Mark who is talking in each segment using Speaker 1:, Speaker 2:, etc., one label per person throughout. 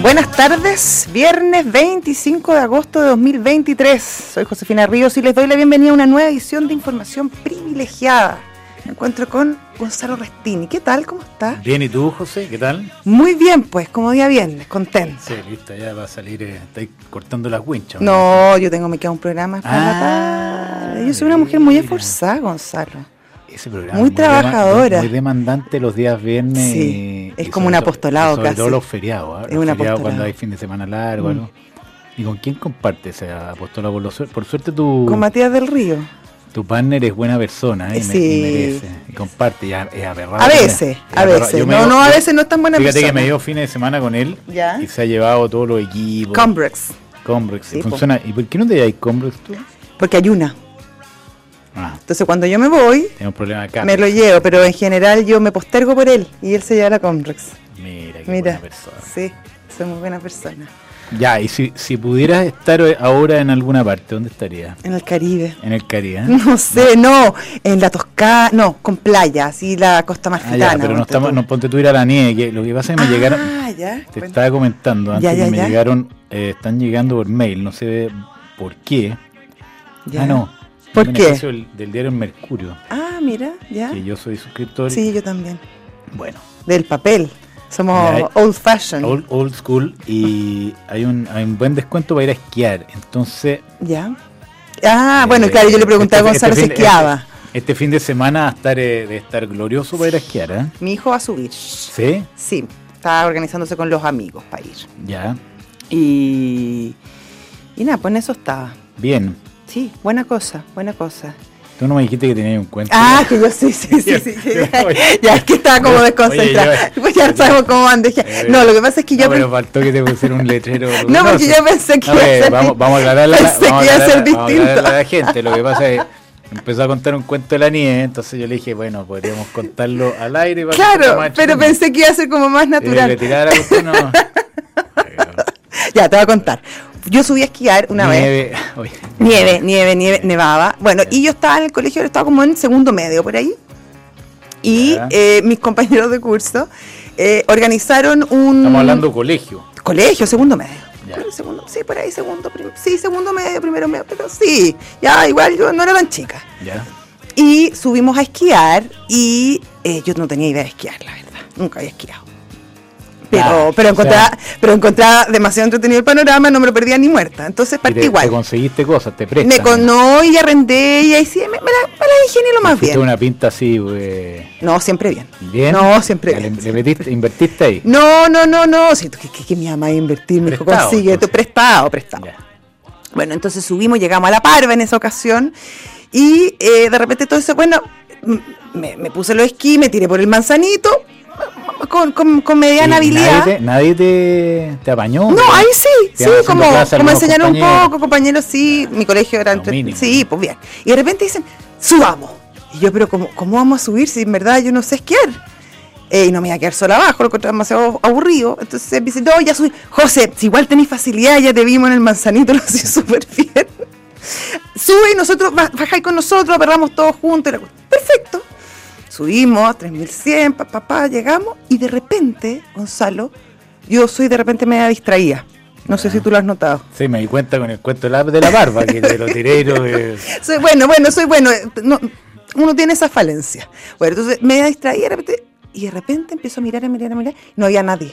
Speaker 1: Buenas tardes, viernes 25 de agosto de 2023. Soy Josefina Ríos y les doy la bienvenida a una nueva edición de Información Privilegiada. Me encuentro con Gonzalo Restini. ¿Qué tal? ¿Cómo está?
Speaker 2: Bien, ¿y tú, José? ¿Qué tal?
Speaker 1: Muy bien, pues, como día viernes, contento.
Speaker 2: Sí, lista, ya va a salir, eh, estáis cortando las winchas.
Speaker 1: No, yo tengo, me queda un programa para la
Speaker 2: Ah,
Speaker 1: tarde. Yo soy una mujer muy
Speaker 2: mira.
Speaker 1: esforzada, Gonzalo.
Speaker 2: Ese programa
Speaker 1: Muy
Speaker 2: dema-
Speaker 1: trabajadora.
Speaker 2: muy demandante los días viernes.
Speaker 1: Sí,
Speaker 2: y-
Speaker 1: es
Speaker 2: y
Speaker 1: como
Speaker 2: sobre
Speaker 1: un
Speaker 2: todo-
Speaker 1: apostolado
Speaker 2: y sobre
Speaker 1: casi.
Speaker 2: todo los feriados. ¿ah?
Speaker 1: Es
Speaker 2: Los
Speaker 1: un
Speaker 2: feriados
Speaker 1: apostolado.
Speaker 2: cuando hay fin de semana largo.
Speaker 1: Mm.
Speaker 2: ¿no? ¿Y con quién comparte ese apostolado? Por, lo su- por suerte tu,
Speaker 1: Con Matías del Río.
Speaker 2: tu partner es buena persona ¿eh? y me-
Speaker 1: Sí.
Speaker 2: y merece. Y comparte, ya es aberrado.
Speaker 1: A veces,
Speaker 2: Es
Speaker 1: a
Speaker 2: aberrado.
Speaker 1: veces.
Speaker 2: Yo me
Speaker 1: No,
Speaker 2: dio-
Speaker 1: no, a
Speaker 2: yo-
Speaker 1: veces no es tan buena
Speaker 2: Fíjate que me
Speaker 1: persona.
Speaker 2: dio fines de semana con él
Speaker 1: Ya.
Speaker 2: y se ha llevado todos los equipos.
Speaker 1: Combrex,
Speaker 2: Combrex,
Speaker 1: Sí,
Speaker 2: y
Speaker 1: po.
Speaker 2: funciona. ¿Y por qué no te lleváis Combrex tú?
Speaker 1: porque hay una.
Speaker 2: Ah,
Speaker 1: Entonces, cuando yo me voy,
Speaker 2: tengo un problema acá.
Speaker 1: Me lo llevo, pero en general yo me postergo por él y él se lleva la Comrex.
Speaker 2: Mira, qué
Speaker 1: Mira,
Speaker 2: buena persona.
Speaker 1: sí, soy muy buena persona.
Speaker 2: Ya, y si, si pudieras estar hoy- ahora en alguna parte, ¿dónde estarías?
Speaker 1: En el Caribe.
Speaker 2: En el Caribe. ¿eh?
Speaker 1: No sé, no, en la Toscana, no, con playa, así la costa
Speaker 2: Ah, ya,
Speaker 1: margitana.
Speaker 2: pero no
Speaker 1: ponte
Speaker 2: estamos,
Speaker 1: tú.
Speaker 2: no ponte tú ir a la nieve. que lo que pasa es que
Speaker 1: Ah,
Speaker 2: me llegaron,
Speaker 1: ya.
Speaker 2: te
Speaker 1: bueno.
Speaker 2: estaba comentando antes
Speaker 1: Ya, ya,
Speaker 2: que me
Speaker 1: ya.
Speaker 2: llegaron, eh, están llegando por mail, no sé por qué.
Speaker 1: Ya.
Speaker 2: Ah, no.
Speaker 1: ¿Por
Speaker 2: un
Speaker 1: qué?
Speaker 2: beneficio Del, del diario El Mercurio,
Speaker 1: Ah, mira, ya.
Speaker 2: que yo soy suscriptor.
Speaker 1: Sí, yo también.
Speaker 2: Bueno,
Speaker 1: Del papel. Somos
Speaker 2: Mira,
Speaker 1: old fashion.
Speaker 2: eh, old, old school y hay un, hay un buen descuento para ir a esquiar. Entonces,
Speaker 1: Ya. Ah,
Speaker 2: Eh,
Speaker 1: bueno, claro, yo le pregunté a
Speaker 2: este-
Speaker 1: Gonzalo
Speaker 2: este
Speaker 1: si
Speaker 2: fin-
Speaker 1: esquiaba.
Speaker 2: Este fin de semana va a estar, eh, de estar glorioso para ir a esquiar, ¿eh?
Speaker 1: Mi hijo va a subir.
Speaker 2: Sí,
Speaker 1: Sí, está organizándose con los amigos para ir.
Speaker 2: ya.
Speaker 1: Y, y nada, pues en eso estaba.
Speaker 2: Bien.
Speaker 1: Sí, buena cosa, buena cosa.
Speaker 2: Tú no me dijiste que tenías un cuento.
Speaker 1: Ah, que yo sí, sí, sí, sí.
Speaker 2: Oye.
Speaker 1: ya es que estaba como
Speaker 2: Oye,
Speaker 1: desconcentrada.
Speaker 2: yo-
Speaker 1: Pues ya no sabemos cómo ando. ya.
Speaker 2: Eh,
Speaker 1: No, lo que pasa es que yo...
Speaker 2: No, pero
Speaker 1: pen-
Speaker 2: faltó que te pusiera un letrero.
Speaker 1: No, porque yo pensé que
Speaker 2: A
Speaker 1: iba a
Speaker 2: ver,
Speaker 1: ser
Speaker 2: vamos,
Speaker 1: di-
Speaker 2: vamos a aclarar la,
Speaker 1: pensé
Speaker 2: vamos a
Speaker 1: que iba a ser
Speaker 2: aclarar- vamos a aclarar
Speaker 1: distinto.
Speaker 2: la gente. Lo que pasa es que empezó a contar un cuento de la nieve, entonces yo le dije, bueno, podríamos contarlo al aire. para que fuera
Speaker 1: Claro,
Speaker 2: más
Speaker 1: pero
Speaker 2: entretenido.
Speaker 1: pensé que iba a ser como más
Speaker 2: Eh, le
Speaker 1: natural.
Speaker 2: tiraba la cuestión, no.
Speaker 1: Ya, te voy a contar. Yo subí a esquiar una vez.
Speaker 2: Nieve. Eh. Oye.
Speaker 1: Nieve, nieve, nieve, nevaba. Bueno, y yo estaba en el colegio, yo estaba como en segundo medio por ahí. Y
Speaker 2: Ya.
Speaker 1: eh, mis compañeros de curso eh, organizaron un...
Speaker 2: Estamos hablando de colegio.
Speaker 1: Colegio, segundo medio.
Speaker 2: Ya.
Speaker 1: Creo que Segundo, sí, por ahí, segundo, prim- sí, segundo medio, primero medio, pero sí, ya igual yo no era tan chica.
Speaker 2: Ya.
Speaker 1: Y subimos a esquiar y eh, yo no tenía idea de esquiar, la verdad, nunca había esquiado. Pero,
Speaker 2: Ya,
Speaker 1: pero,
Speaker 2: o
Speaker 1: encontraba,
Speaker 2: sea-
Speaker 1: pero encontraba demasiado entretenido el panorama, no me lo perdía ni muerta. Entonces
Speaker 2: Y
Speaker 1: partí
Speaker 2: te, te
Speaker 1: igual.
Speaker 2: conseguiste cosas, te prestan.
Speaker 1: me conó y arrendé y ahí sí, me, me la, me la ingenié lo más
Speaker 2: Fuiste
Speaker 1: bien.
Speaker 2: una pinta así, eh,
Speaker 1: No, siempre bien.
Speaker 2: bien.
Speaker 1: No, siempre
Speaker 2: Ya, le-
Speaker 1: bien,
Speaker 2: le metiste- invertiste ahí.
Speaker 1: No, no, no, no. Si tú que, que, que mi mamá iba a invertir, me dijo,
Speaker 2: Prestado,
Speaker 1: consigue, tú
Speaker 2: entonces.
Speaker 1: prestado, prestado.
Speaker 2: Ya.
Speaker 1: Bueno, entonces subimos, llegamos a la parva en esa ocasión y eh, de repente todo eso, bueno, m- me, me puse los esquí, me tiré por el manzanito con, con, con mediana
Speaker 2: Y
Speaker 1: habilidad.
Speaker 2: Nadie, te, nadie te, te apañó. pues.
Speaker 1: No, ahí sí,
Speaker 2: Te
Speaker 1: sí,
Speaker 2: van haciendo
Speaker 1: como,
Speaker 2: clase a
Speaker 1: como
Speaker 2: algunos
Speaker 1: enseñaron un
Speaker 2: compañeros.
Speaker 1: poco, compañeros, sí, mi colegio era
Speaker 2: Lo
Speaker 1: entre...
Speaker 2: mínimo.
Speaker 1: Sí, pues bien. Y de repente dicen, subamos. Y yo, pero ¿cómo, cómo vamos a subir si en verdad yo no sé esquiar? Eh, y no me iba a quedar sola abajo, lo encontré demasiado aburrido. Entonces me dice, no, ya subí. José, si igual tenés facilidad, ya te vimos en el manzanito, lo hacía súper bien. Sube y nosotros, ba- bajáis con nosotros, aperramos todos juntos. y la cu- Perfecto. Subimos, 3100, papá, pa, pa, llegamos y de repente, Gonzalo, yo soy de repente media distraída. No
Speaker 2: Ah.
Speaker 1: sé si tú lo has notado.
Speaker 2: Sí, me di cuenta con el cuento de la, de la barba, que te lo tiré y lo, eh,
Speaker 1: Soy bueno, bueno, soy bueno. eh, no, uno tiene esa falencia. Bueno, entonces media distraída de repente, y de repente empiezo a mirar, a mirar, a mirar. No había nadie.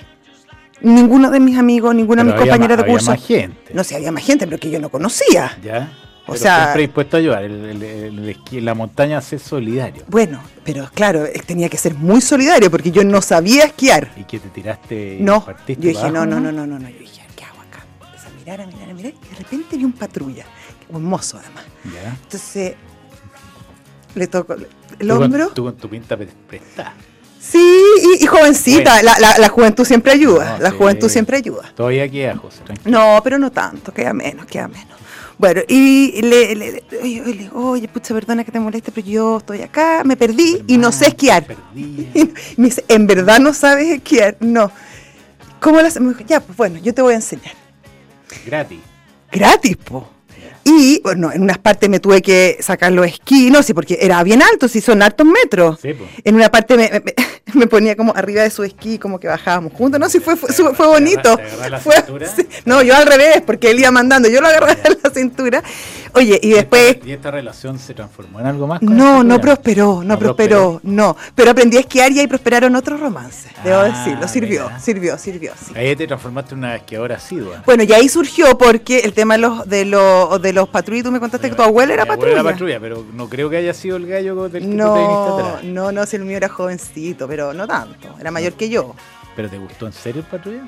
Speaker 1: Ninguno de mis amigos, ninguna de mis
Speaker 2: pero había
Speaker 1: compañeras
Speaker 2: ma-
Speaker 1: de curso.
Speaker 2: Había más gente.
Speaker 1: No sé, había más gente, pero que yo no conocía.
Speaker 2: ¿Ya?
Speaker 1: O
Speaker 2: Pero
Speaker 1: sea-
Speaker 2: siempre dispuesto a ayudar. El, el- el esquí- la montaña hace solidario.
Speaker 1: Bueno, pero claro, eh, tenía que ser muy solidario porque yo no sabía esquiar.
Speaker 2: Y que te tiraste. y
Speaker 1: No, yo
Speaker 2: partiste
Speaker 1: dije,
Speaker 2: para
Speaker 1: no,
Speaker 2: abajo,
Speaker 1: no, no, no, no, no. Yo dije, ¿qué hago acá? Empecé a mirar, a mirar, a mirar. Y de repente vi un patrulla, un mozo además.
Speaker 2: ¿Ya?
Speaker 1: Entonces, le toco el
Speaker 2: Tú con-
Speaker 1: hombro.
Speaker 2: Tú con tu pinta pues, pre- prestada.
Speaker 1: Sí, y, y jovencita,
Speaker 2: Bueno.
Speaker 1: la, la- la juventud siempre ayuda,
Speaker 2: No,
Speaker 1: la
Speaker 2: sí.
Speaker 1: juventud siempre ayuda.
Speaker 2: Todavía queda, ah, José. tranquilo.
Speaker 1: No, pero no tanto, queda menos, queda menos. Bueno, y le, le- le- oye, oye, le digo, oye, pucha, perdona que te moleste, pero yo estoy acá, me perdí y no sé esquiar.
Speaker 2: Perdida.
Speaker 1: Y me dice, ¿en verdad no sabes esquiar? No. ¿Cómo lo haces? Me dijo, ya, pues bueno, yo te voy a enseñar.
Speaker 2: Gratis.
Speaker 1: Gratis, po. Y bueno, en unas partes me tuve que sacar los esquí, no sé, porque era bien alto, si son altos metros.
Speaker 2: Sí, po.
Speaker 1: En una parte me, me- me ponía como arriba de su esquí, como que bajábamos juntos, no sé, fue, fue, fue- fue bonito.
Speaker 2: ¿Te agarraste la
Speaker 1: Fue-
Speaker 2: cintura?
Speaker 1: sí. no, yo al revés, porque él iba mandando, yo lo agarraba en la cintura. Oye, y después
Speaker 2: ¿Y esta relación se transformó en algo más? con
Speaker 1: no, no
Speaker 2: esta tuya?
Speaker 1: prosperó, no,
Speaker 2: No
Speaker 1: prosperó, no. Pero aprendí a esquiar y ahí prosperaron otros romances, debo
Speaker 2: Ah,
Speaker 1: decirlo. Sirvió,
Speaker 2: mira. Eh.
Speaker 1: sirvió, sirvió, sí.
Speaker 2: Ahí te transformaste en una esquiadora asidua.
Speaker 1: Bueno, y ahí surgió porque el tema de los, de los, de los patrullas, tú me contaste que tu abuela era
Speaker 2: Mi abuela
Speaker 1: patrulla.
Speaker 2: Era patrulla, pero no creo que haya sido el gallo del que tú te viniste
Speaker 1: No,
Speaker 2: atrás.
Speaker 1: no, no, si el mío era jovencito, pero no tanto, era mayor que yo.
Speaker 2: ¿Pero te gustó en serio el patrulla?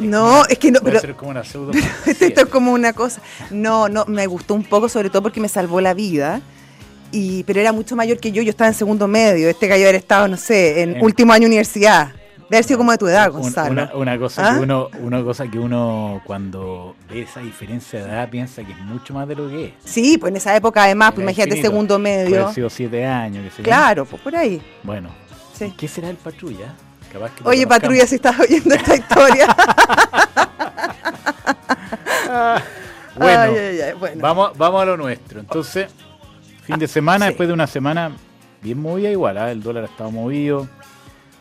Speaker 1: No, es que no,
Speaker 2: Debe
Speaker 1: pero
Speaker 2: ser como una pseudo
Speaker 1: esto es como una cosa. No, no, me gustó un poco, sobre todo porque me salvó la vida. Y, pero era mucho mayor que yo, yo estaba en segundo medio, este gallo haber estado, no sé, en
Speaker 2: En-
Speaker 1: último año de universidad. Debe haber sido como de tu edad,
Speaker 2: Un-
Speaker 1: Gonzalo.
Speaker 2: Una, una cosa
Speaker 1: ¿Ah?
Speaker 2: que uno, una cosa que uno cuando ve esa diferencia de edad piensa que es mucho más de lo que es.
Speaker 1: Sí, pues en esa época además, pues
Speaker 2: Era
Speaker 1: imagínate
Speaker 2: infinito.
Speaker 1: segundo
Speaker 2: Puede
Speaker 1: medio.
Speaker 2: haber sido siete años, qué sé yo.
Speaker 1: Claro, pues por ahí.
Speaker 2: Bueno,
Speaker 1: Sí.
Speaker 2: ¿qué será el patrulla? Capaz que lo
Speaker 1: Oye,
Speaker 2: conozcamos.
Speaker 1: patrulla, si estás oyendo esta historia.
Speaker 2: Bueno,
Speaker 1: Ay, ay, ay, bueno.
Speaker 2: Vamos, vamos a lo nuestro. Entonces, fin de semana,
Speaker 1: sí.
Speaker 2: después de una semana bien movida igual, ¿ah? el dólar ha estado movido,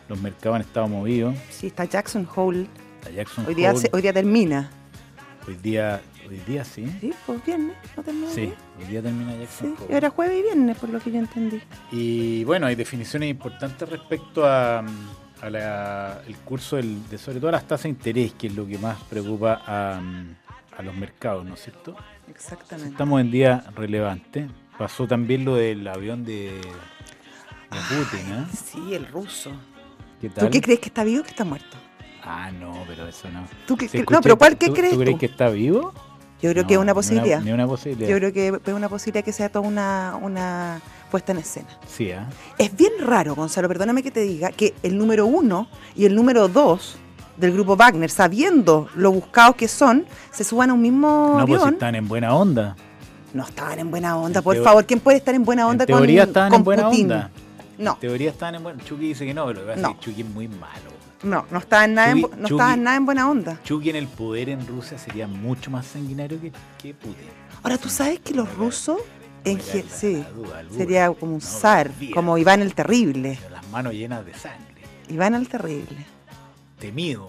Speaker 2: los mercados han estado movidos.
Speaker 1: Sí, está Jackson Hole.
Speaker 2: La Jackson
Speaker 1: Hoy día,
Speaker 2: Hole,
Speaker 1: se- hoy día termina.
Speaker 2: hoy día, hoy día sí.
Speaker 1: Sí, pues viernes, no termina.
Speaker 2: Sí,
Speaker 1: bien?
Speaker 2: hoy día termina Jackson
Speaker 1: Sí,
Speaker 2: Hole.
Speaker 1: y ahora jueves y viernes, por lo que yo entendí.
Speaker 2: Y bueno, hay definiciones importantes respecto a, mm, a la- el curso del- de sobre todo las tasas de interés, que es lo que más preocupa a, mm, a los mercados, ¿no es cierto?
Speaker 1: Exactamente.
Speaker 2: Estamos en día relevante. Pasó también lo del avión de, de Putin, ¿ah?
Speaker 1: Sí, el ruso.
Speaker 2: ¿Qué
Speaker 1: ¿Tú
Speaker 2: tal?
Speaker 1: qué crees que está vivo o que está muerto?
Speaker 2: Ah, no, pero eso no.
Speaker 1: ¿Tú qué
Speaker 2: Sí,
Speaker 1: cre-
Speaker 2: escuché-
Speaker 1: no, pero ¿cuál qué
Speaker 2: ¿tú-
Speaker 1: crees
Speaker 2: ¿Tú
Speaker 1: tú?
Speaker 2: crees que está vivo?
Speaker 1: Yo creo
Speaker 2: No,
Speaker 1: que es una
Speaker 2: ni
Speaker 1: posibilidad.
Speaker 2: Ni una, posibilidad.
Speaker 1: Yo creo que es una posibilidad que sea toda una, una puesta en escena.
Speaker 2: Sí, ¿ah?
Speaker 1: Es bien raro, Gonzalo, perdóname que te diga, que el número uno y el número dos del grupo Wagner, sabiendo lo buscados que son, se suban a un mismo
Speaker 2: No, pues
Speaker 1: avión.
Speaker 2: si están en buena onda.
Speaker 1: No estaban en buena onda,
Speaker 2: En
Speaker 1: por
Speaker 2: teo-
Speaker 1: favor. ¿Quién puede estar en buena onda
Speaker 2: en teoría
Speaker 1: con,
Speaker 2: estaban
Speaker 1: con
Speaker 2: en buena
Speaker 1: Putin?
Speaker 2: onda.
Speaker 1: No,
Speaker 2: teoría estaban en buena. Chucky dice que no, pero lo que pasa
Speaker 1: No.
Speaker 2: es que Chucky es muy malo.
Speaker 1: no, no estaban nada, en, bu-
Speaker 2: Chugi-
Speaker 1: no estaban
Speaker 2: Chugi-
Speaker 1: nada en buena onda.
Speaker 2: Chucky en el poder en Rusia sería mucho más sanguinario que, que Putin.
Speaker 1: Ahora, tú sabes que los
Speaker 2: Me cae-
Speaker 1: rusos,
Speaker 2: me
Speaker 1: en
Speaker 2: cae
Speaker 1: gen-
Speaker 2: la-
Speaker 1: sí,
Speaker 2: la duda, el
Speaker 1: sería
Speaker 2: duda.
Speaker 1: como un
Speaker 2: No,
Speaker 1: zar,
Speaker 2: olvídate.
Speaker 1: como Iván el Terrible.
Speaker 2: Pero Las manos llenas de sangre.
Speaker 1: Iván el Terrible.
Speaker 2: Temido.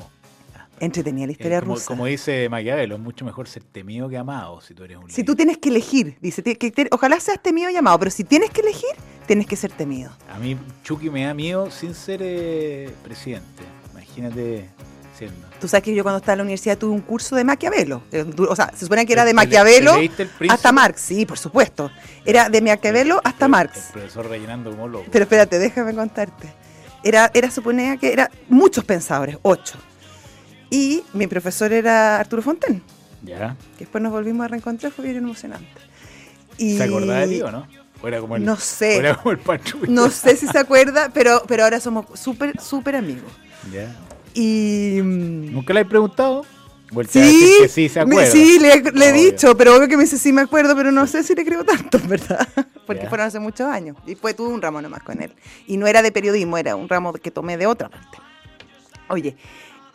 Speaker 1: Entretenía la
Speaker 2: Eh,
Speaker 1: historia
Speaker 2: como,
Speaker 1: rusa.
Speaker 2: como dice Maquiavelo, es mucho mejor ser temido que amado si tú eres un
Speaker 1: Si
Speaker 2: líder.
Speaker 1: tú tienes que elegir, dice, ti- que te- ojalá seas temido y amado, pero si tienes que elegir, tienes que ser temido.
Speaker 2: A mí Chucky me da miedo sin ser eh, presidente. Imagínate siendo.
Speaker 1: Tú sabes que yo cuando estaba en la universidad tuve un curso de Maquiavelo. eh, du- O sea, se supone que era
Speaker 2: ¿Te-
Speaker 1: de
Speaker 2: te
Speaker 1: Maquiavelo
Speaker 2: le- te leíste El Príncipe?
Speaker 1: hasta Marx. Sí, por supuesto. Era de Maquiavelo
Speaker 2: El- el
Speaker 1: hasta
Speaker 2: pro-
Speaker 1: Marx.
Speaker 2: El profesor rellenando como loco.
Speaker 1: Pero espérate, déjame contarte. Era, era suponía que era muchos pensadores, ocho. Y mi profesor era Arturo Fonten,
Speaker 2: ¿Ya?
Speaker 1: que después nos volvimos a reencontrar, fue bien emocionante. Y
Speaker 2: ¿Se acordaba de ti o no? ¿O era como el,
Speaker 1: No sé.
Speaker 2: o era como el patrulla?
Speaker 1: No sé si se acuerda, pero, pero ahora somos súper, súper amigos.
Speaker 2: ¿Ya?
Speaker 1: Y. mm,
Speaker 2: ¿Nunca le he preguntado? ¿O él te va a
Speaker 1: Sí,
Speaker 2: decir que sí se
Speaker 1: me-
Speaker 2: acuerda?
Speaker 1: sí, le, le he
Speaker 2: Obvio.
Speaker 1: dicho, pero obvio que me dice sí me acuerdo, pero no sé si le creo tanto, en ¿verdad? Porque
Speaker 2: Ya.
Speaker 1: fueron hace muchos años. Y fue tuve un ramo nomás con él. Y no era de periodismo, era un ramo que tomé de otra parte. Oye,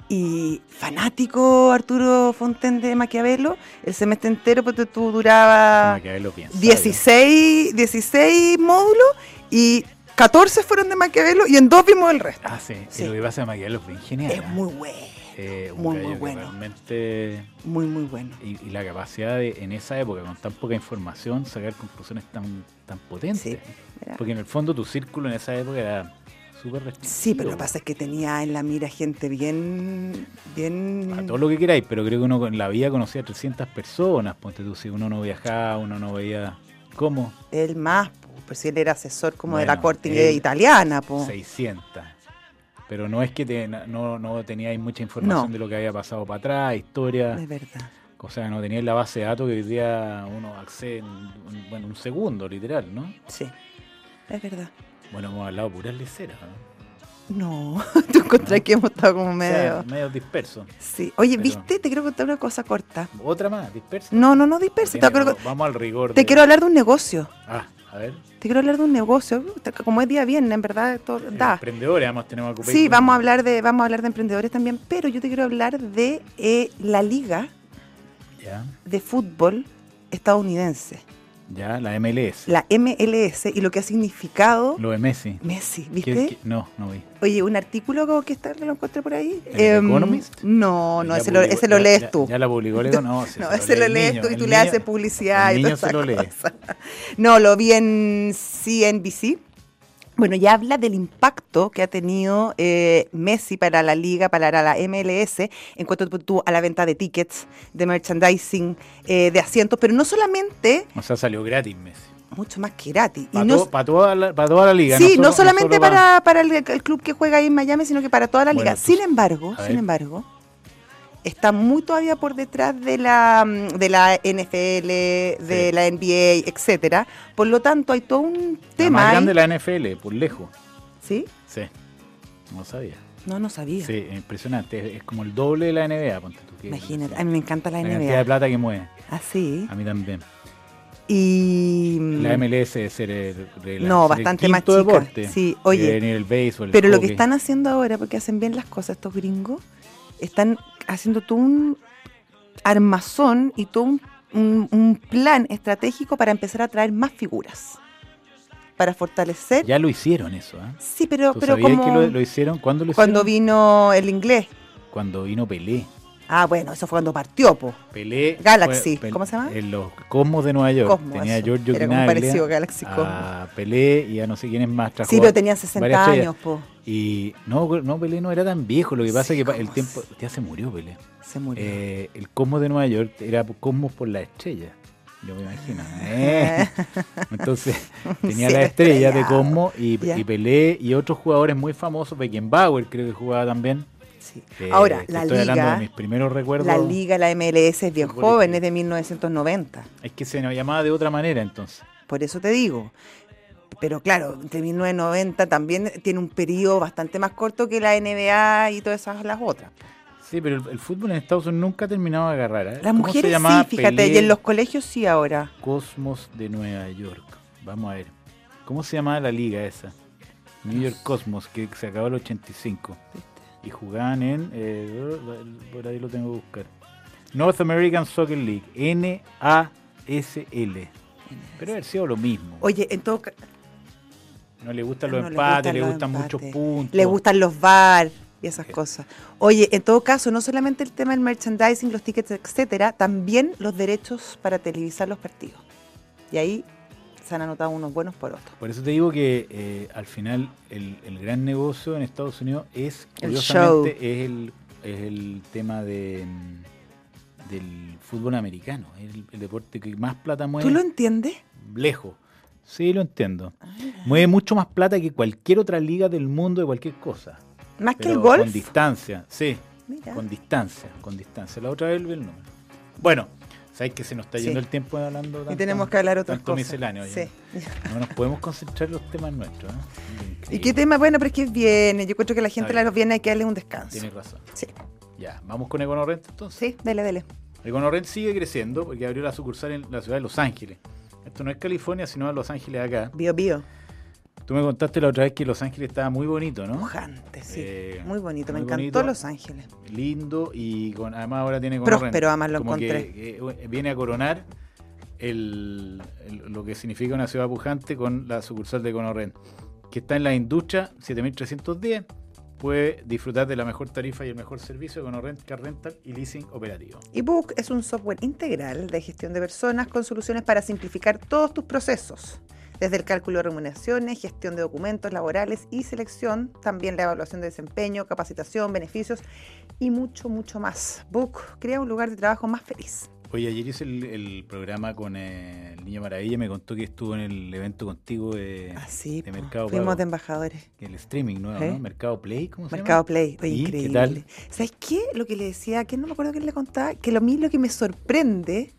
Speaker 1: y fanático Arturo Fonten de Maquiavelo, el semestre entero, porque tú duraba
Speaker 2: Maquiavelo piensa.
Speaker 1: 16, 16 módulos y 14 fueron de Maquiavelo y en dos vimos el resto.
Speaker 2: Ah, sí.
Speaker 1: Sí.
Speaker 2: Y lo que pasa es que Maquiavelo es bien genial.
Speaker 1: Es
Speaker 2: ¿eh?
Speaker 1: muy bueno,
Speaker 2: Eh, un
Speaker 1: muy, muy
Speaker 2: gallo que
Speaker 1: bueno.
Speaker 2: Realmente...
Speaker 1: muy, muy bueno.
Speaker 2: Y, y la capacidad de, en esa época, con tan poca información, sacar conclusiones tan, tan potentes.
Speaker 1: Sí, era-
Speaker 2: Porque en el fondo tu círculo en esa época era súper restrictivo.
Speaker 1: Sí, pero lo que pasa es que tenía en la mira gente bien.
Speaker 2: A
Speaker 1: bien
Speaker 2: todo lo que queráis, pero creo que uno en la vida conocía a 300 personas. Ponte tú, si uno no viajaba, uno no veía. ¿Cómo?
Speaker 1: él más, po, pero si él era asesor como de la
Speaker 2: Bueno,
Speaker 1: corte
Speaker 2: él-
Speaker 1: italiana, po.
Speaker 2: 600. Pero no es que te- no, no teníais mucha información
Speaker 1: No.
Speaker 2: de lo que había pasado para atrás,
Speaker 1: Es
Speaker 2: historia.
Speaker 1: verdad.
Speaker 2: O sea, no teníais la base de datos que hoy día uno accede en un, bueno, un segundo, literal, ¿no?
Speaker 1: Sí. Es verdad.
Speaker 2: Bueno, hemos hablado puras leceras, ¿no?
Speaker 1: No, tú encontrás que hemos estado como
Speaker 2: O sea,
Speaker 1: medio.
Speaker 2: medio dispersos.
Speaker 1: sí. Oye,
Speaker 2: pero-
Speaker 1: ¿viste? Te quiero contar una cosa corta.
Speaker 2: Otra más, dispersa.
Speaker 1: No, no, no disperses. Te,
Speaker 2: Tiene-
Speaker 1: quiero-
Speaker 2: Vamos al rigor.
Speaker 1: te
Speaker 2: de-
Speaker 1: quiero hablar de un negocio.
Speaker 2: Ah, a ver.
Speaker 1: Te quiero hablar de un negocio. Como es día viernes, en verdad, todo
Speaker 2: Eh,
Speaker 1: da.
Speaker 2: Emprendedores, además tenemos a Copec.
Speaker 1: Sí, vamos a hablar de vamos a hablar de emprendedores también, pero yo te quiero hablar de eh, la liga
Speaker 2: Ya.
Speaker 1: de fútbol estadounidense,
Speaker 2: Ya, la MLS.
Speaker 1: la MLS, y lo que ha significado
Speaker 2: Lo de Messi.
Speaker 1: Messi,
Speaker 2: ¿Qué-
Speaker 1: ¿viste?
Speaker 2: qué? No, no vi.
Speaker 1: Oye, un artículo como que está, lo encontré por ahí. Em,
Speaker 2: ¿En The Economist?
Speaker 1: No, no,
Speaker 2: Ya
Speaker 1: ese lo,
Speaker 2: publicó-
Speaker 1: ese lo
Speaker 2: ya-
Speaker 1: lees
Speaker 2: ya-
Speaker 1: tú.
Speaker 2: Ya la publicó, le digo, no. si
Speaker 1: no,
Speaker 2: se
Speaker 1: ese lo
Speaker 2: el
Speaker 1: lees
Speaker 2: niño,
Speaker 1: tú y
Speaker 2: el
Speaker 1: tú le
Speaker 2: niño-
Speaker 1: haces publicidad
Speaker 2: el
Speaker 1: y
Speaker 2: niño
Speaker 1: todas
Speaker 2: se
Speaker 1: esas
Speaker 2: lo lee.
Speaker 1: cosas. No, lo vi en CNBC. Bueno, ya habla del impacto que ha tenido eh, Messi para la liga, para la MLS, en cuanto tú, a la venta de tickets, de merchandising, eh, de asientos, pero no solamente,
Speaker 2: O sea, salió gratis Messi.
Speaker 1: mucho más que gratis. Y
Speaker 2: Para,
Speaker 1: no-
Speaker 2: todo- para toda, la, para toda la liga.
Speaker 1: sí,
Speaker 2: solo-
Speaker 1: no solamente
Speaker 2: solo
Speaker 1: para, para el, el club que juega ahí en Miami, sino que para toda la
Speaker 2: Bueno,
Speaker 1: liga.
Speaker 2: pues,
Speaker 1: sin embargo,
Speaker 2: a
Speaker 1: sin
Speaker 2: ver.
Speaker 1: embargo, está muy todavía por detrás de la mm, de la NFL, de
Speaker 2: Sí.
Speaker 1: la NBA, etcétera. Por lo tanto, hay todo un
Speaker 2: La
Speaker 1: tema ¿eh?
Speaker 2: más
Speaker 1: ahí.
Speaker 2: grande la NFL, por lejos.
Speaker 1: ¿Sí?
Speaker 2: Sí. No sabía.
Speaker 1: No, no sabía.
Speaker 2: Sí, impresionante. Es, es como el doble de la NBA, ponte tú. que-
Speaker 1: Imagínate,
Speaker 2: la
Speaker 1: a mí me encanta la
Speaker 2: cantidad de
Speaker 1: NBA.
Speaker 2: plata que mueve.
Speaker 1: Así.
Speaker 2: A mí también.
Speaker 1: Y mm,
Speaker 2: La MLS es ser el, de la-
Speaker 1: No,
Speaker 2: ser el
Speaker 1: bastante más
Speaker 2: quinto
Speaker 1: chica.
Speaker 2: deporte.
Speaker 1: Sí,
Speaker 2: Y
Speaker 1: oye,
Speaker 2: venir el béisbol, el
Speaker 1: Pero lo que
Speaker 2: hockey.
Speaker 1: están haciendo ahora, porque hacen bien las cosas estos gringos, están haciendo todo un armazón y todo un, un- un plan estratégico para empezar a traer más figuras, para fortalecer.
Speaker 2: Ya lo hicieron eso, ¿ah?
Speaker 1: Sí, pero,
Speaker 2: ¿Tú
Speaker 1: pero
Speaker 2: sabías
Speaker 1: como
Speaker 2: que lo, lo hicieron? ¿Cuándo lo
Speaker 1: cuando
Speaker 2: hicieron?
Speaker 1: vino el inglés.
Speaker 2: Cuando vino Pelé.
Speaker 1: Ah, bueno, eso fue cuando partió, po.
Speaker 2: Pelé.
Speaker 1: Galaxy,
Speaker 2: fue-
Speaker 1: ¿cómo se llama?
Speaker 2: En los Cosmos de Nueva York.
Speaker 1: Cosmo,
Speaker 2: tenía a
Speaker 1: eso.
Speaker 2: Giorgio
Speaker 1: Era como
Speaker 2: Gnaglia,
Speaker 1: parecido Galaxy Cosmo.
Speaker 2: a Pelé y a no sé quiénes más trajo.
Speaker 1: Sí, pero tenían 60
Speaker 2: varias estrellas.
Speaker 1: años, po.
Speaker 2: Y no, no, Pelé no era tan viejo. Lo que
Speaker 1: Sí,
Speaker 2: pasa es que pa-
Speaker 1: ¿cómo
Speaker 2: el tiempo.
Speaker 1: se-
Speaker 2: Ya se murió Pelé.
Speaker 1: Se murió.
Speaker 2: Eh, el Cosmos de Nueva York era Cosmos por la estrella. Yo me imagino. Eh. Entonces tenía
Speaker 1: cielo
Speaker 2: la estrella de
Speaker 1: estrellado.
Speaker 2: Cosmos y,
Speaker 1: Ya.
Speaker 2: y Pelé y otros jugadores muy famosos. Beckenbauer creo que jugaba también.
Speaker 1: Sí.
Speaker 2: Eh,
Speaker 1: Ahora,
Speaker 2: te
Speaker 1: la
Speaker 2: estoy hablando de mis
Speaker 1: liga,
Speaker 2: primeros recuerdos.
Speaker 1: la liga, la MLS es bien
Speaker 2: futbolística.
Speaker 1: joven, es de 1990.
Speaker 2: Es que se nos llamaba de otra manera entonces.
Speaker 1: Por eso te digo. Pero claro, entre 1990 también tiene un periodo bastante más corto que la NBA y todas esas las otras.
Speaker 2: Sí, pero el, el fútbol en Estados Unidos nunca ha terminado de agarrar. ¿eh?
Speaker 1: Las
Speaker 2: ¿Cómo se
Speaker 1: mujeres
Speaker 2: llamaba
Speaker 1: sí, fíjate,
Speaker 2: Pelé
Speaker 1: y en los colegios sí ahora.
Speaker 2: Cosmos de Nueva York. Vamos a ver. ¿Cómo se llamaba la liga esa? New York Cosmos, que se acabó el 85. Y jugaban en... eh, por ahí lo tengo que buscar. North American Soccer League, NASL. Pero haber sido lo mismo.
Speaker 1: Oye, en todo ca-
Speaker 2: no le gustan los
Speaker 1: no le
Speaker 2: empates,
Speaker 1: gustan
Speaker 2: le
Speaker 1: los
Speaker 2: gustan, muchos
Speaker 1: empates.
Speaker 2: puntos.
Speaker 1: le gustan los bar y esas
Speaker 2: Sí.
Speaker 1: cosas. Oye, en todo caso, no solamente el tema del merchandising, los tickets, etcétera, también los derechos para televisar los partidos. Y ahí se han anotado unos buenos por otros.
Speaker 2: Por eso te digo que eh, al final el, el gran negocio en Estados Unidos es,
Speaker 1: El
Speaker 2: curiosamente, es el, es el tema de, mm, del fútbol americano. Es el, el deporte que más plata mueve
Speaker 1: ¿Tú lo entiendes?
Speaker 2: lejos. Sí, lo entiendo.
Speaker 1: Ah,
Speaker 2: Mueve mucho más plata que cualquier otra liga del mundo de cualquier cosa.
Speaker 1: Más que el
Speaker 2: Pero
Speaker 1: golf.
Speaker 2: Con distancia, sí.
Speaker 1: Mira.
Speaker 2: Con distancia, con distancia. La otra vez vi el número. Bueno, sabes que se nos está
Speaker 1: Sí.
Speaker 2: yendo el tiempo hablando
Speaker 1: Y
Speaker 2: tanto-
Speaker 1: tenemos que hablar otras
Speaker 2: tanto
Speaker 1: cosas.
Speaker 2: misceláneo, oye.
Speaker 1: Sí.
Speaker 2: No nos podemos concentrar en los temas nuestros. ¿eh?
Speaker 1: ¿Y
Speaker 2: Increíble.
Speaker 1: qué tema? Bueno, pero es que es viernes. Yo creo que la gente
Speaker 2: Está bien.
Speaker 1: los viene hay que darle un descanso.
Speaker 2: Tienes razón.
Speaker 1: Sí.
Speaker 2: Ya, vamos con EconoRent entonces.
Speaker 1: Sí, dele, dele.
Speaker 2: EconoRent sigue creciendo porque abrió la sucursal en la ciudad de Los Ángeles. Esto no es California, sino Los Ángeles acá.
Speaker 1: Bio, bio.
Speaker 2: Tú me contaste la otra vez que Los Ángeles estaba muy bonito, ¿no?
Speaker 1: Pujante, sí.
Speaker 2: Eh,
Speaker 1: muy bonito.
Speaker 2: muy
Speaker 1: Me encantó
Speaker 2: bonito.
Speaker 1: Los Ángeles.
Speaker 2: Lindo y con, además ahora tiene EconoRent.
Speaker 1: Próspero, además lo
Speaker 2: Como que,
Speaker 1: encontré.
Speaker 2: eh, viene a coronar el- el- lo que significa una ciudad pujante con la sucursal de EconoRent, que está en la industria 7310. Puede disfrutar de la mejor tarifa y el mejor servicio de EconoRent, Car Rental y Leasing Operativo.
Speaker 1: ebook es un software integral de gestión de personas con soluciones para simplificar todos tus procesos, desde el cálculo de remuneraciones, gestión de documentos laborales y selección, también la evaluación de desempeño, capacitación, beneficios y mucho, mucho más. Book crea un lugar de trabajo más feliz.
Speaker 2: Oye, ayer hice el, el programa con eh, el Niño Maravilla, me contó que estuvo en el evento contigo de,
Speaker 1: Así,
Speaker 2: Eh, de Mercado
Speaker 1: fuimos
Speaker 2: Pago.
Speaker 1: de embajadores.
Speaker 2: el streaming nuevo,
Speaker 1: ¿Eh?
Speaker 2: ¿no? Mercado Play, ¿cómo se
Speaker 1: Mercado
Speaker 2: llama?
Speaker 1: Play, oye,
Speaker 2: ¿Y qué
Speaker 1: increíble.
Speaker 2: tal?
Speaker 1: ¿Sabes qué? Lo que le decía, que no me acuerdo que le contaba, que lo mí lo que me sorprende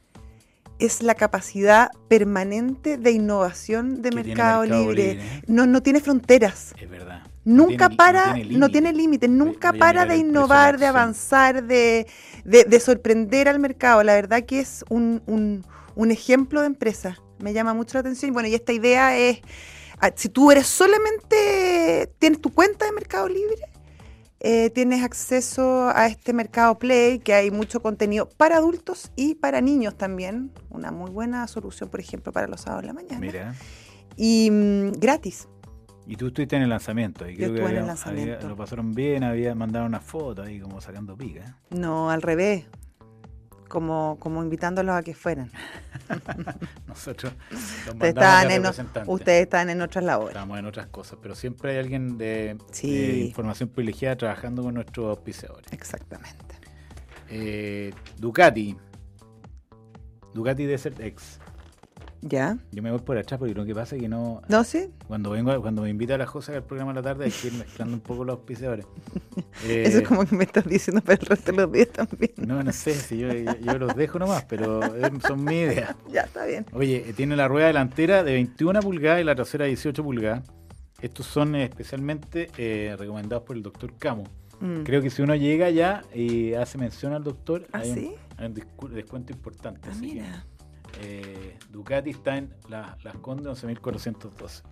Speaker 1: es la capacidad permanente de innovación de
Speaker 2: Que tiene
Speaker 1: Mercado,
Speaker 2: Mercado
Speaker 1: Libre.
Speaker 2: ¿eh?
Speaker 1: No, no tiene fronteras.
Speaker 2: Es verdad. No
Speaker 1: Nunca
Speaker 2: tiene-
Speaker 1: para, no tiene
Speaker 2: límite.
Speaker 1: límites, nunca
Speaker 2: voy a
Speaker 1: para
Speaker 2: mirar
Speaker 1: de
Speaker 2: el precio de la
Speaker 1: innovar, de
Speaker 2: acción.
Speaker 1: avanzar, de, de- de sorprender al mercado. La verdad que es un, un- un ejemplo de empresa. Me llama mucho la atención. Y Bueno, y esta idea es, ah, si tú eres solamente, tienes tu cuenta de Mercado Libre, eh, tienes acceso a este mercado Play, que hay mucho contenido para adultos y para niños también. Una muy buena solución, por ejemplo, para los sábados de la mañana.
Speaker 2: Mira.
Speaker 1: Y mm, gratis.
Speaker 2: Y tú estuviste en el lanzamiento. Y creo
Speaker 1: estuve
Speaker 2: que
Speaker 1: en el
Speaker 2: había-
Speaker 1: lanzamiento.
Speaker 2: había- lo pasaron bien, había mandado una foto ahí como sacando pica.
Speaker 1: No, al revés. Como, como invitándolos a que fueran.
Speaker 2: Nosotros los
Speaker 1: Ustedes
Speaker 2: mandamos
Speaker 1: estaban,
Speaker 2: de
Speaker 1: en, o-
Speaker 2: representantes.
Speaker 1: ustedes estaban en otras labores.
Speaker 2: Estamos en otras cosas, pero siempre hay alguien de,
Speaker 1: Sí.
Speaker 2: de información privilegiada trabajando con nuestros auspiciadores.
Speaker 1: Exactamente.
Speaker 2: Eh, Ducati. Ducati Desert X.
Speaker 1: ¿Ya?
Speaker 2: Yo me voy por atrás porque lo que pasa es que no.
Speaker 1: ¿No, sí?
Speaker 2: Cuando vengo, a- cuando me invita a la José al programa de la tarde, hay que ir mezclando un poco los auspiciadores. Eh,
Speaker 1: Eso es como que me estás diciendo para el resto de los días también.
Speaker 2: No, no sé, si yo, yo los dejo nomás, pero eh, son mi idea.
Speaker 1: Ya, está bien.
Speaker 2: Oye, eh, tiene la rueda delantera de 21 pulgadas y la trasera de 18 pulgadas. Estos son eh, especialmente eh, recomendados por el doctor Camus.
Speaker 1: Mm.
Speaker 2: Creo que si uno llega ya y hace mención al doctor,
Speaker 1: ¿Ah,
Speaker 2: hay, un-
Speaker 1: sí?
Speaker 2: hay un, discu- descuento
Speaker 1: Ah,
Speaker 2: importante. así que,
Speaker 1: mira.
Speaker 2: eh, Ducati está en la- las Condes 11.412.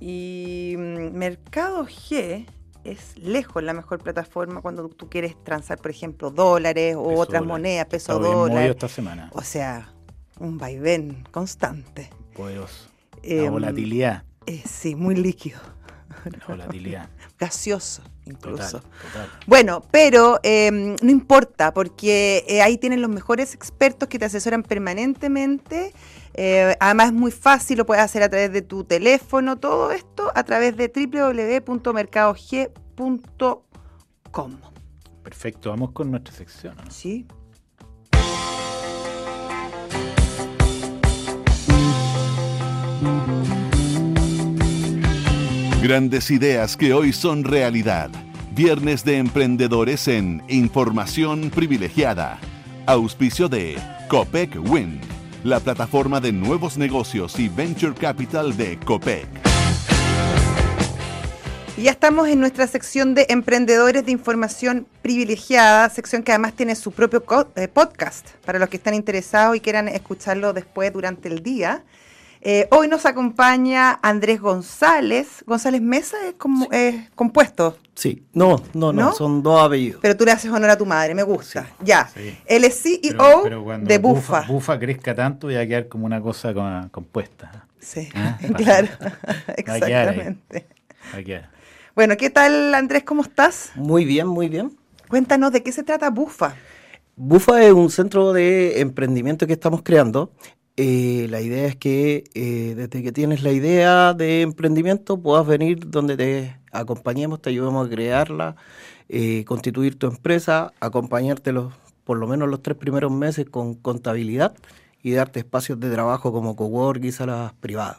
Speaker 1: Y mm, Mercado G es lejos la mejor plataforma cuando tú quieres transar, por ejemplo, dólares o
Speaker 2: Peso
Speaker 1: otras
Speaker 2: dólar.
Speaker 1: monedas,
Speaker 2: Está
Speaker 1: peso
Speaker 2: bien movido
Speaker 1: dólar.
Speaker 2: esta semana.
Speaker 1: O sea, un vaivén constante.
Speaker 2: Poderoso.
Speaker 1: Em,
Speaker 2: La volatilidad.
Speaker 1: eh, sí, muy líquido,
Speaker 2: La volatilidad.
Speaker 1: gaseoso
Speaker 2: Total,
Speaker 1: incluso.
Speaker 2: total.
Speaker 1: Bueno, pero eh, no importa, porque eh, ahí tienen los mejores expertos que te asesoran permanentemente. Eh, además es muy fácil, lo puedes hacer a través de tu teléfono, todo esto a través de www.mercadog.com.
Speaker 2: Perfecto, vamos con nuestra sección. ¿o no?
Speaker 1: Sí.
Speaker 3: Grandes ideas que hoy son realidad. Viernes de emprendedores en Información Privilegiada. Auspicio de Copec Win, la plataforma de nuevos negocios y venture capital de Copec.
Speaker 1: Y ya estamos en nuestra sección de emprendedores de información privilegiada, sección que además tiene su propio co- eh, podcast para los que están interesados y quieran escucharlo después durante el día. Eh, hoy nos acompaña Andrés González. González Mesa es como, es compuesto,
Speaker 4: Sí, no, no, no,
Speaker 1: ¿No?
Speaker 4: son dos apellidos.
Speaker 1: pero tú le haces honor a tu madre, me gusta. ya.
Speaker 2: sí.
Speaker 1: Él es CEO
Speaker 2: Pero- pero cuando
Speaker 1: de Bufa.
Speaker 2: Bufa. crezca tanto y va a quedar como una cosa con- compuesta.
Speaker 1: Sí,
Speaker 2: Ah,
Speaker 1: claro.
Speaker 2: Va a quedar ahí.
Speaker 1: Exactamente.
Speaker 2: Va a quedar.
Speaker 1: Bueno, ¿qué tal Andrés? ¿Cómo estás?
Speaker 4: Muy bien, muy bien.
Speaker 1: Cuéntanos de qué se trata Bufa.
Speaker 4: Bufa es un centro de emprendimiento que estamos creando. Eh, la idea es que eh, desde que tienes la idea de emprendimiento puedas venir donde te acompañemos, te ayudemos a crearla, eh, constituir tu empresa, acompañarte los, por lo menos los tres primeros meses con contabilidad y darte espacios de trabajo como cowork y salas privadas.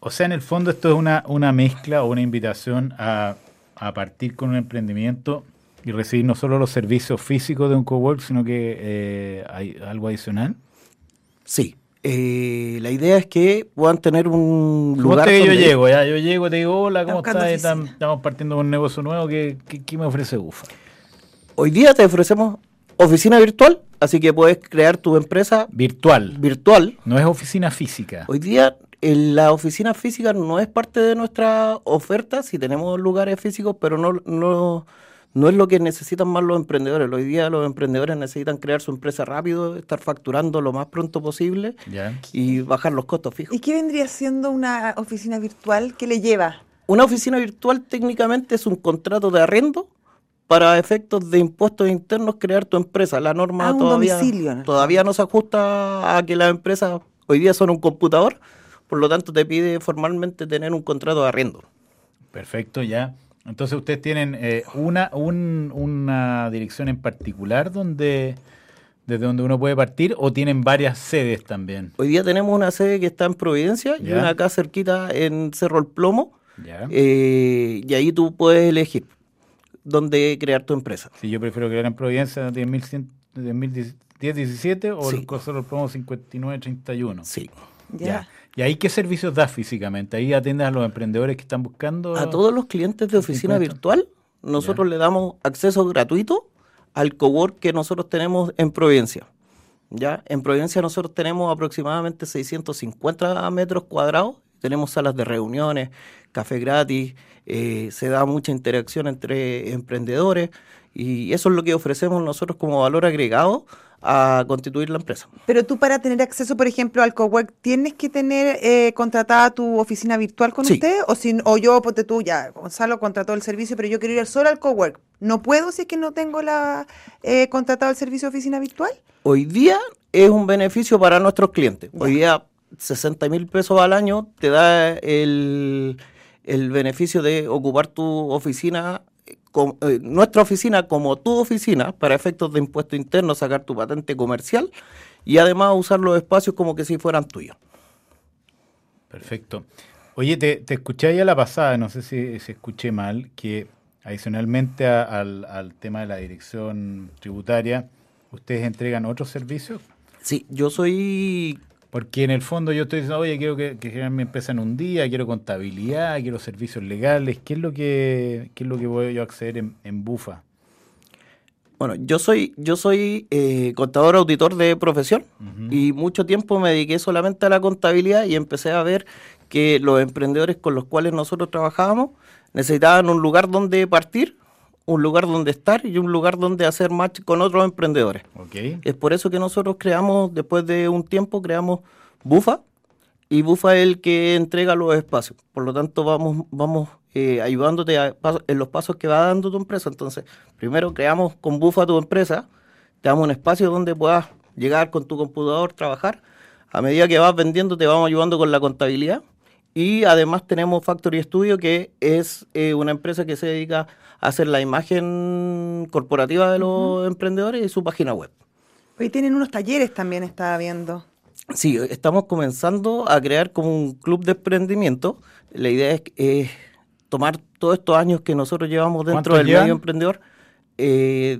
Speaker 2: O sea, en el fondo esto es una, una mezcla o una invitación a, a partir con un emprendimiento y recibir no solo los servicios físicos de un cowork, sino que eh, hay algo adicional.
Speaker 4: Sí, eh, la idea es que puedan tener un lugar
Speaker 2: Suponte que yo
Speaker 4: donde-
Speaker 2: llego, ya, yo llego, te digo, hola, ¿cómo
Speaker 1: Está buscando
Speaker 2: estás? Estamos-
Speaker 1: oficina.
Speaker 2: Estamos partiendo con un negocio nuevo, ¿qué, qué, qué me ofrece Bufa?
Speaker 4: Hoy día te ofrecemos oficina virtual, así que puedes crear tu empresa
Speaker 2: Virtual,
Speaker 4: virtual.
Speaker 2: no es oficina física.
Speaker 4: Hoy día en la oficina física no es parte de nuestra oferta, si tenemos lugares físicos, pero no, no, no es lo que necesitan más los emprendedores. Hoy día los emprendedores necesitan crear su empresa rápido, estar facturando lo más pronto posible
Speaker 2: Ya.
Speaker 4: y bajar los costos fijos.
Speaker 1: ¿Y qué vendría siendo una oficina virtual? ¿Qué le lleva?
Speaker 4: Una oficina virtual técnicamente es un contrato de arrendo para efectos de impuestos internos crear tu empresa. La norma
Speaker 1: Ah, un
Speaker 4: todavía,
Speaker 1: domicilio, en el
Speaker 4: todavía no se ajusta a que las empresas hoy día son un computador, por lo tanto te pide formalmente tener un contrato de arrendo.
Speaker 2: Perfecto, ya. Entonces ustedes tienen eh, una, un- una dirección en particular donde desde donde uno puede partir o tienen varias sedes también.
Speaker 4: Hoy día tenemos una sede que está en Providencia y
Speaker 2: Ya.
Speaker 4: una acá cerquita en Cerro El Plomo,
Speaker 2: Ya.
Speaker 4: eh, y ahí tú puedes elegir dónde crear tu empresa.
Speaker 2: si yo prefiero crear en Providencia 10.100 10.017 o
Speaker 4: Sí.
Speaker 2: el costo del promo 5931.
Speaker 4: Sí.
Speaker 1: Ya.
Speaker 2: ¿Y ahí qué servicios das físicamente? ¿Ahí atiendes a los emprendedores que están buscando?
Speaker 4: A todos los clientes de oficina
Speaker 2: 50.
Speaker 4: virtual, nosotros le damos acceso gratuito al cowork que nosotros tenemos en Providencia. ¿Ya? En Providencia nosotros tenemos aproximadamente 650 metros cuadrados, tenemos salas de reuniones, café gratis, eh, se da mucha interacción entre emprendedores y eso es lo que ofrecemos nosotros como valor agregado a constituir la empresa.
Speaker 1: Pero tú para tener acceso, por ejemplo, al cowork, ¿tienes que tener eh, contratada tu oficina virtual con
Speaker 4: Sí.
Speaker 1: usted? O, si, o yo, ponte tú, ya, Gonzalo contrató el servicio, pero yo quiero ir solo al cowork. ¿No puedo si es que no tengo la eh, contratado el servicio de oficina virtual?
Speaker 4: Hoy día es un beneficio para nuestros clientes. Hoy día 60 mil pesos al año te da el, el beneficio de ocupar tu oficina, eh, com- eh, nuestra oficina como tu oficina para efectos de impuesto interno, sacar tu patente comercial y además usar los espacios como que si fueran tuyos.
Speaker 2: Perfecto. Oye, te, te escuché ahí a la pasada, no sé si, si escuché mal, que adicionalmente a- al, al tema de la dirección tributaria, ustedes entregan otros servicios.
Speaker 4: Sí, yo soy
Speaker 2: Porque en el fondo yo estoy diciendo, oye, quiero que, que generen mi empresa en un día, quiero contabilidad, quiero servicios legales. ¿Qué es lo que, qué es lo que voy yo a acceder en, en Bufa?
Speaker 4: Bueno, yo soy, yo soy eh, contador auditor de profesión
Speaker 2: Ujú.
Speaker 4: y mucho tiempo me dediqué solamente a la contabilidad y empecé a ver que los emprendedores con los cuales nosotros trabajábamos necesitaban un lugar donde partir, un lugar donde estar y un lugar donde hacer match con otros emprendedores.
Speaker 2: ¿Ok?
Speaker 4: Es por eso que nosotros creamos, después de un tiempo, creamos Bufa y Bufa es el que entrega los espacios. Por lo tanto, vamos, vamos eh, ayudándote a paso- en los pasos que va dando tu empresa. Entonces, primero creamos con Bufa tu empresa, te damos un espacio donde puedas llegar con tu computador, trabajar. A medida que vas vendiendo, te vamos ayudando con la contabilidad. Y además tenemos Factory Studio, que es eh, una empresa que se dedica a hacer la imagen corporativa de los emprendedores y su página web.
Speaker 1: Hoy tienen unos talleres también, estaba viendo.
Speaker 4: Sí, estamos comenzando a crear como un club de emprendimiento. La idea es eh, tomar todos estos años que nosotros llevamos dentro
Speaker 2: ¿Cuántos
Speaker 4: del
Speaker 2: llevan?
Speaker 4: medio emprendedor, eh,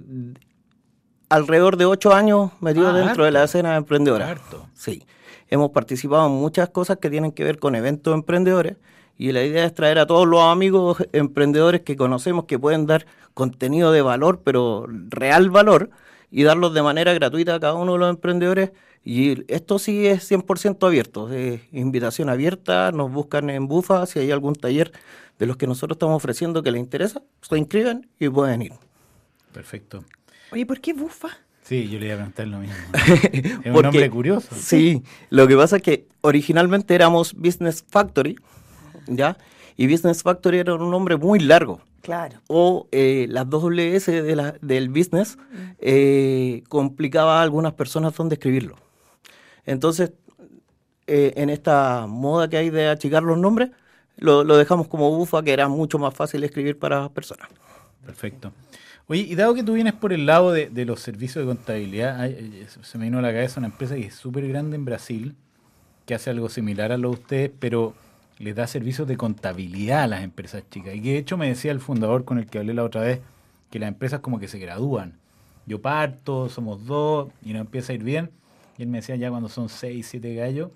Speaker 4: alrededor de ocho años metidos
Speaker 2: Ah,
Speaker 4: dentro de la
Speaker 2: harto.
Speaker 4: escena emprendedora.
Speaker 2: Harto.
Speaker 4: Sí, hemos participado en muchas cosas que tienen que ver con eventos emprendedores y la idea es traer a todos los amigos emprendedores que conocemos que pueden dar contenido de valor, pero real valor, y darlos de manera gratuita a cada uno de los emprendedores. Y esto sí es 100% abierto, es invitación abierta, nos buscan en Bufa, si hay algún taller de los que nosotros estamos ofreciendo que les interesa, se inscriben y pueden ir.
Speaker 2: Perfecto.
Speaker 1: Oye, ¿por qué bufa?
Speaker 2: Sí, yo le iba a preguntar lo mismo. es un
Speaker 4: Porque-
Speaker 2: nombre curioso.
Speaker 4: Sí, lo que pasa es que originalmente éramos Business Factory, ¿ya? Y Business Factory era un nombre muy largo.
Speaker 1: Claro.
Speaker 4: O eh, las doble S de la- del business eh, complicaba a algunas personas dónde escribirlo. Entonces, eh, en esta moda que hay de achicar los nombres, lo, lo dejamos como bufa, que era mucho más fácil escribir para las personas.
Speaker 2: Perfecto. Oye, y dado que tú vienes por el lado de, de los servicios de contabilidad, ay, ay, se- se me vino a la cabeza una empresa que es súper grande en Brasil, que hace algo similar a lo de ustedes, pero les da servicios de contabilidad a las empresas chicas. Y que de hecho me decía el fundador con el que hablé la otra vez, que las empresas como que se gradúan. Yo parto, somos dos, y no empieza a ir bien. Y él me decía, ya cuando son seis, siete gallos,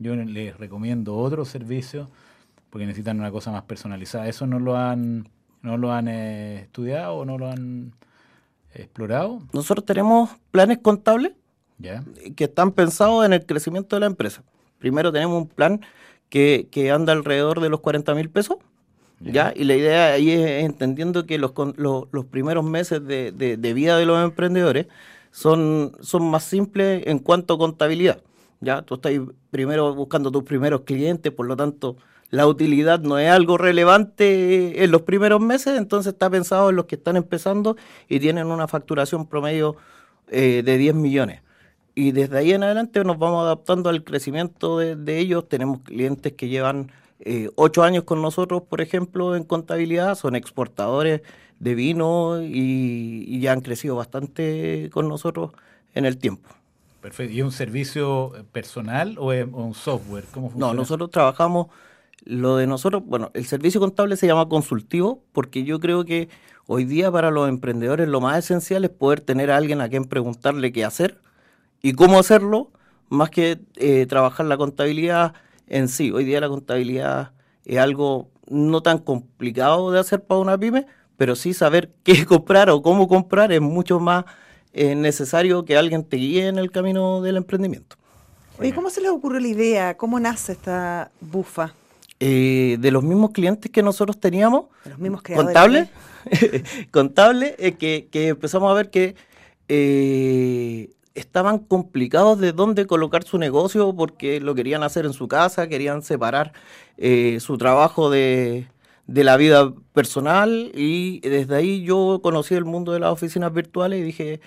Speaker 2: yo les recomiendo otro servicio porque necesitan una cosa más personalizada. ¿Eso no lo han, no lo han eh, estudiado o no lo han explorado?
Speaker 4: Nosotros tenemos planes contables
Speaker 2: ¿Ya?
Speaker 4: que están pensados en el crecimiento de la empresa. Primero tenemos un plan que, que anda alrededor de los 40 mil pesos, ¿ya? Y la idea ahí es entendiendo que los, con- lo- los primeros meses de, de- de vida de los emprendedores son, son más simples en cuanto a contabilidad, ¿ya? Tú estás primero buscando tus primeros clientes, por lo tanto, la utilidad no es algo relevante en los primeros meses, entonces está pensado en los que están empezando y tienen una facturación promedio eh, de 10 millones. Y desde ahí en adelante nos vamos adaptando al crecimiento de, de ellos. Tenemos clientes que llevan eh, ocho años con nosotros, por ejemplo, en contabilidad. Son exportadores de vino y, y ya han crecido bastante con nosotros en el tiempo.
Speaker 2: Perfecto. ¿Y es un servicio eh, personal o es o un software? ¿Cómo funciona?
Speaker 4: No, nosotros trabajamos, lo de nosotros, bueno, el servicio contable se llama consultivo porque yo creo que hoy día para los emprendedores lo más esencial es poder tener a alguien a quien preguntarle qué hacer y cómo hacerlo, más que eh, trabajar la contabilidad en sí. Hoy día la contabilidad es algo no tan complicado de hacer para una pyme, pero sí saber qué comprar o cómo comprar es mucho más eh, necesario que alguien te guíe en el camino del emprendimiento.
Speaker 1: Oye, ¿cómo se les ocurrió la idea? ¿Cómo nace esta bufa?
Speaker 4: eh, de los mismos clientes que nosotros teníamos,
Speaker 1: Los mismos creadores. ¿eh?
Speaker 4: contable, contable eh, que, que empezamos a ver que eh, estaban complicados de dónde colocar su negocio porque lo querían hacer en su casa, querían separar eh, su trabajo de, de la vida personal y desde ahí yo conocí el mundo de las oficinas virtuales y dije,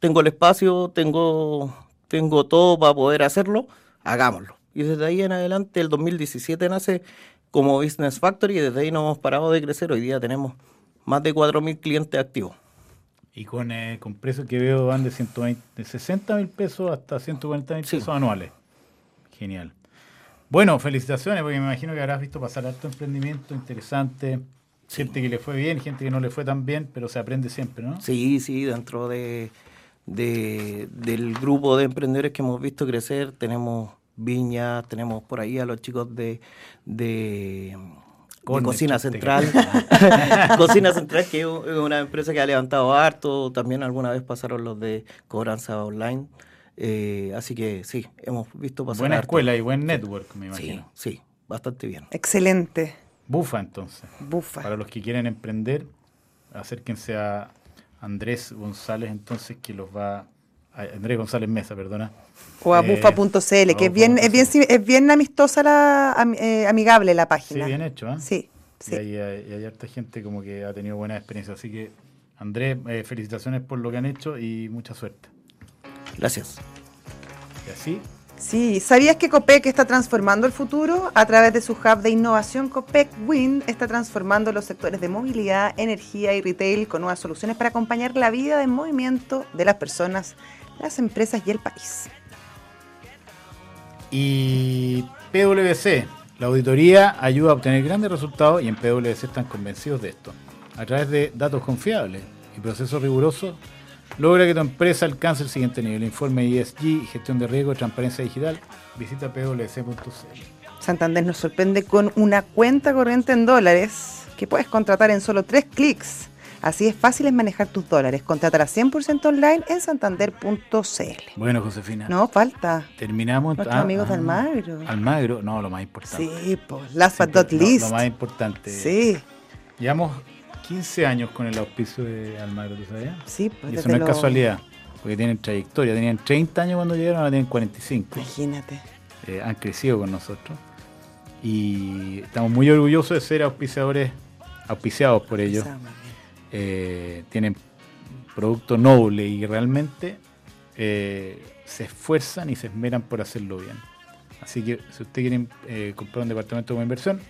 Speaker 4: tengo el espacio, tengo, tengo todo para poder hacerlo, hagámoslo. Y desde ahí en adelante, el 2017 nace como Business Factory y desde ahí no hemos parado de crecer. Hoy día tenemos más de 4.000 clientes activos.
Speaker 2: Y con, eh, con precios que veo van de, 120, de 60 mil pesos hasta 140 mil
Speaker 4: Sí.
Speaker 2: pesos anuales. Genial. Bueno, felicitaciones, porque me imagino que habrás visto pasar harto emprendimiento interesante. Gente que le fue bien, gente que no le fue tan bien, pero se aprende siempre, ¿no?
Speaker 4: Sí, sí, dentro de, de- del grupo de emprendedores que hemos visto crecer, tenemos viñas, tenemos por ahí a los chicos de, de, de
Speaker 2: Corner,
Speaker 4: Cocina
Speaker 2: chiste,
Speaker 4: Central. Cocina Central, que es u- es una empresa que ha levantado harto, también alguna vez pasaron los de Cobranza Online. eh, así que sí, hemos visto pasar
Speaker 2: Buena
Speaker 4: harto.
Speaker 2: escuela y buen network, me
Speaker 4: Sí,
Speaker 2: imagino.
Speaker 4: sí, bastante bien.
Speaker 1: Excelente.
Speaker 2: Bufa, entonces. Para
Speaker 1: Bufa.
Speaker 2: los que quieren emprender, acérquense a Andrés González, entonces, que los va... a- Andrés González Mesa, perdona.
Speaker 1: O a
Speaker 2: Eh,
Speaker 1: bufa.cl, que es bien, es bien,
Speaker 2: bufa.cl.
Speaker 1: es bien amistosa la, am- eh, amigable la
Speaker 2: Sí,
Speaker 1: página.
Speaker 2: bien hecho, ¿ah?
Speaker 1: Sí,
Speaker 2: Y
Speaker 1: sí.
Speaker 2: hay, hay- hay harta gente como que ha tenido buena experiencia. Así que, Andrés, eh, felicitaciones por lo que han hecho y mucha suerte.
Speaker 4: Gracias.
Speaker 2: Y así,
Speaker 1: Sí, ¿sabías que COPEC está transformando el futuro? A través de su hub de innovación, COPEC Win está transformando los sectores de movilidad, energía y retail con nuevas soluciones para acompañar la vida en movimiento de las personas, las empresas y el país.
Speaker 2: Y PwC, la auditoría ayuda a obtener grandes resultados y en PwC están convencidos de esto. A través de datos confiables y procesos rigurosos, logra que tu empresa alcance el siguiente nivel. Informe ESG, gestión de riesgo, transparencia digital. Visita pwc.cl.
Speaker 1: Santander nos sorprende con una cuenta corriente en dólares que puedes contratar en solo tres clics. Así es fácil es manejar tus dólares. Contratala 100% online en santander.cl.
Speaker 2: Bueno, Josefina,
Speaker 1: No, falta.
Speaker 2: terminamos.
Speaker 1: Nuestros amigos de Almagro.
Speaker 2: Almagro, no, lo más importante.
Speaker 1: Sí, pues, last but
Speaker 2: Siempre
Speaker 1: not least.
Speaker 2: Lo, lo más importante.
Speaker 1: Sí,
Speaker 2: Llevamos 15 años con el auspicio de Almagro, ¿tú sabías?
Speaker 1: sí. pues,
Speaker 2: Y
Speaker 1: desde
Speaker 2: eso no es
Speaker 1: lo-
Speaker 2: casualidad, porque tienen trayectoria. Tenían 30 años cuando llegaron, ahora tienen 45.
Speaker 1: Imagínate.
Speaker 2: Eh, han crecido con nosotros. Y estamos muy orgullosos de ser auspiciadores, auspiciados por ellos. Eh, tienen producto noble y realmente eh, se esfuerzan y se esmeran por hacerlo bien. Así que si usted quiere eh, comprar un departamento como inversión,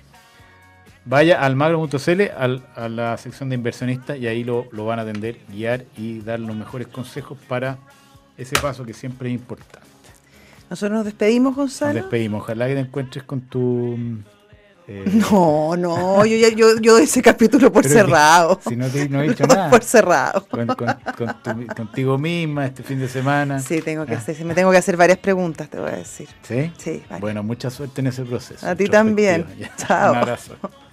Speaker 2: vaya a almagro.cl al- a la sección de inversionistas y ahí lo, lo van a atender, guiar y dar los mejores consejos para ese paso que siempre es importante.
Speaker 1: Nosotros nos despedimos,
Speaker 2: Nos
Speaker 1: Gonzalo.
Speaker 2: despedimos. Ojalá que te encuentres con tu. eh,
Speaker 1: no, no, yo, ya- yo, yo doy ese capítulo por
Speaker 2: Pero es que-
Speaker 1: cerrado.
Speaker 2: Si no, te, no he dicho
Speaker 1: Lo doy
Speaker 2: nada.
Speaker 1: Por cerrado.
Speaker 2: Con- con- con tu- contigo misma este fin de semana.
Speaker 1: Sí, tengo que
Speaker 2: Ah.
Speaker 1: hacer, me tengo que hacer varias preguntas, te voy a decir.
Speaker 2: ¿Sí?
Speaker 1: Sí, vale.
Speaker 2: Bueno, mucha suerte en ese proceso.
Speaker 1: A ti también.
Speaker 2: introspectivo. Ya,
Speaker 1: Chao.
Speaker 2: Un abrazo.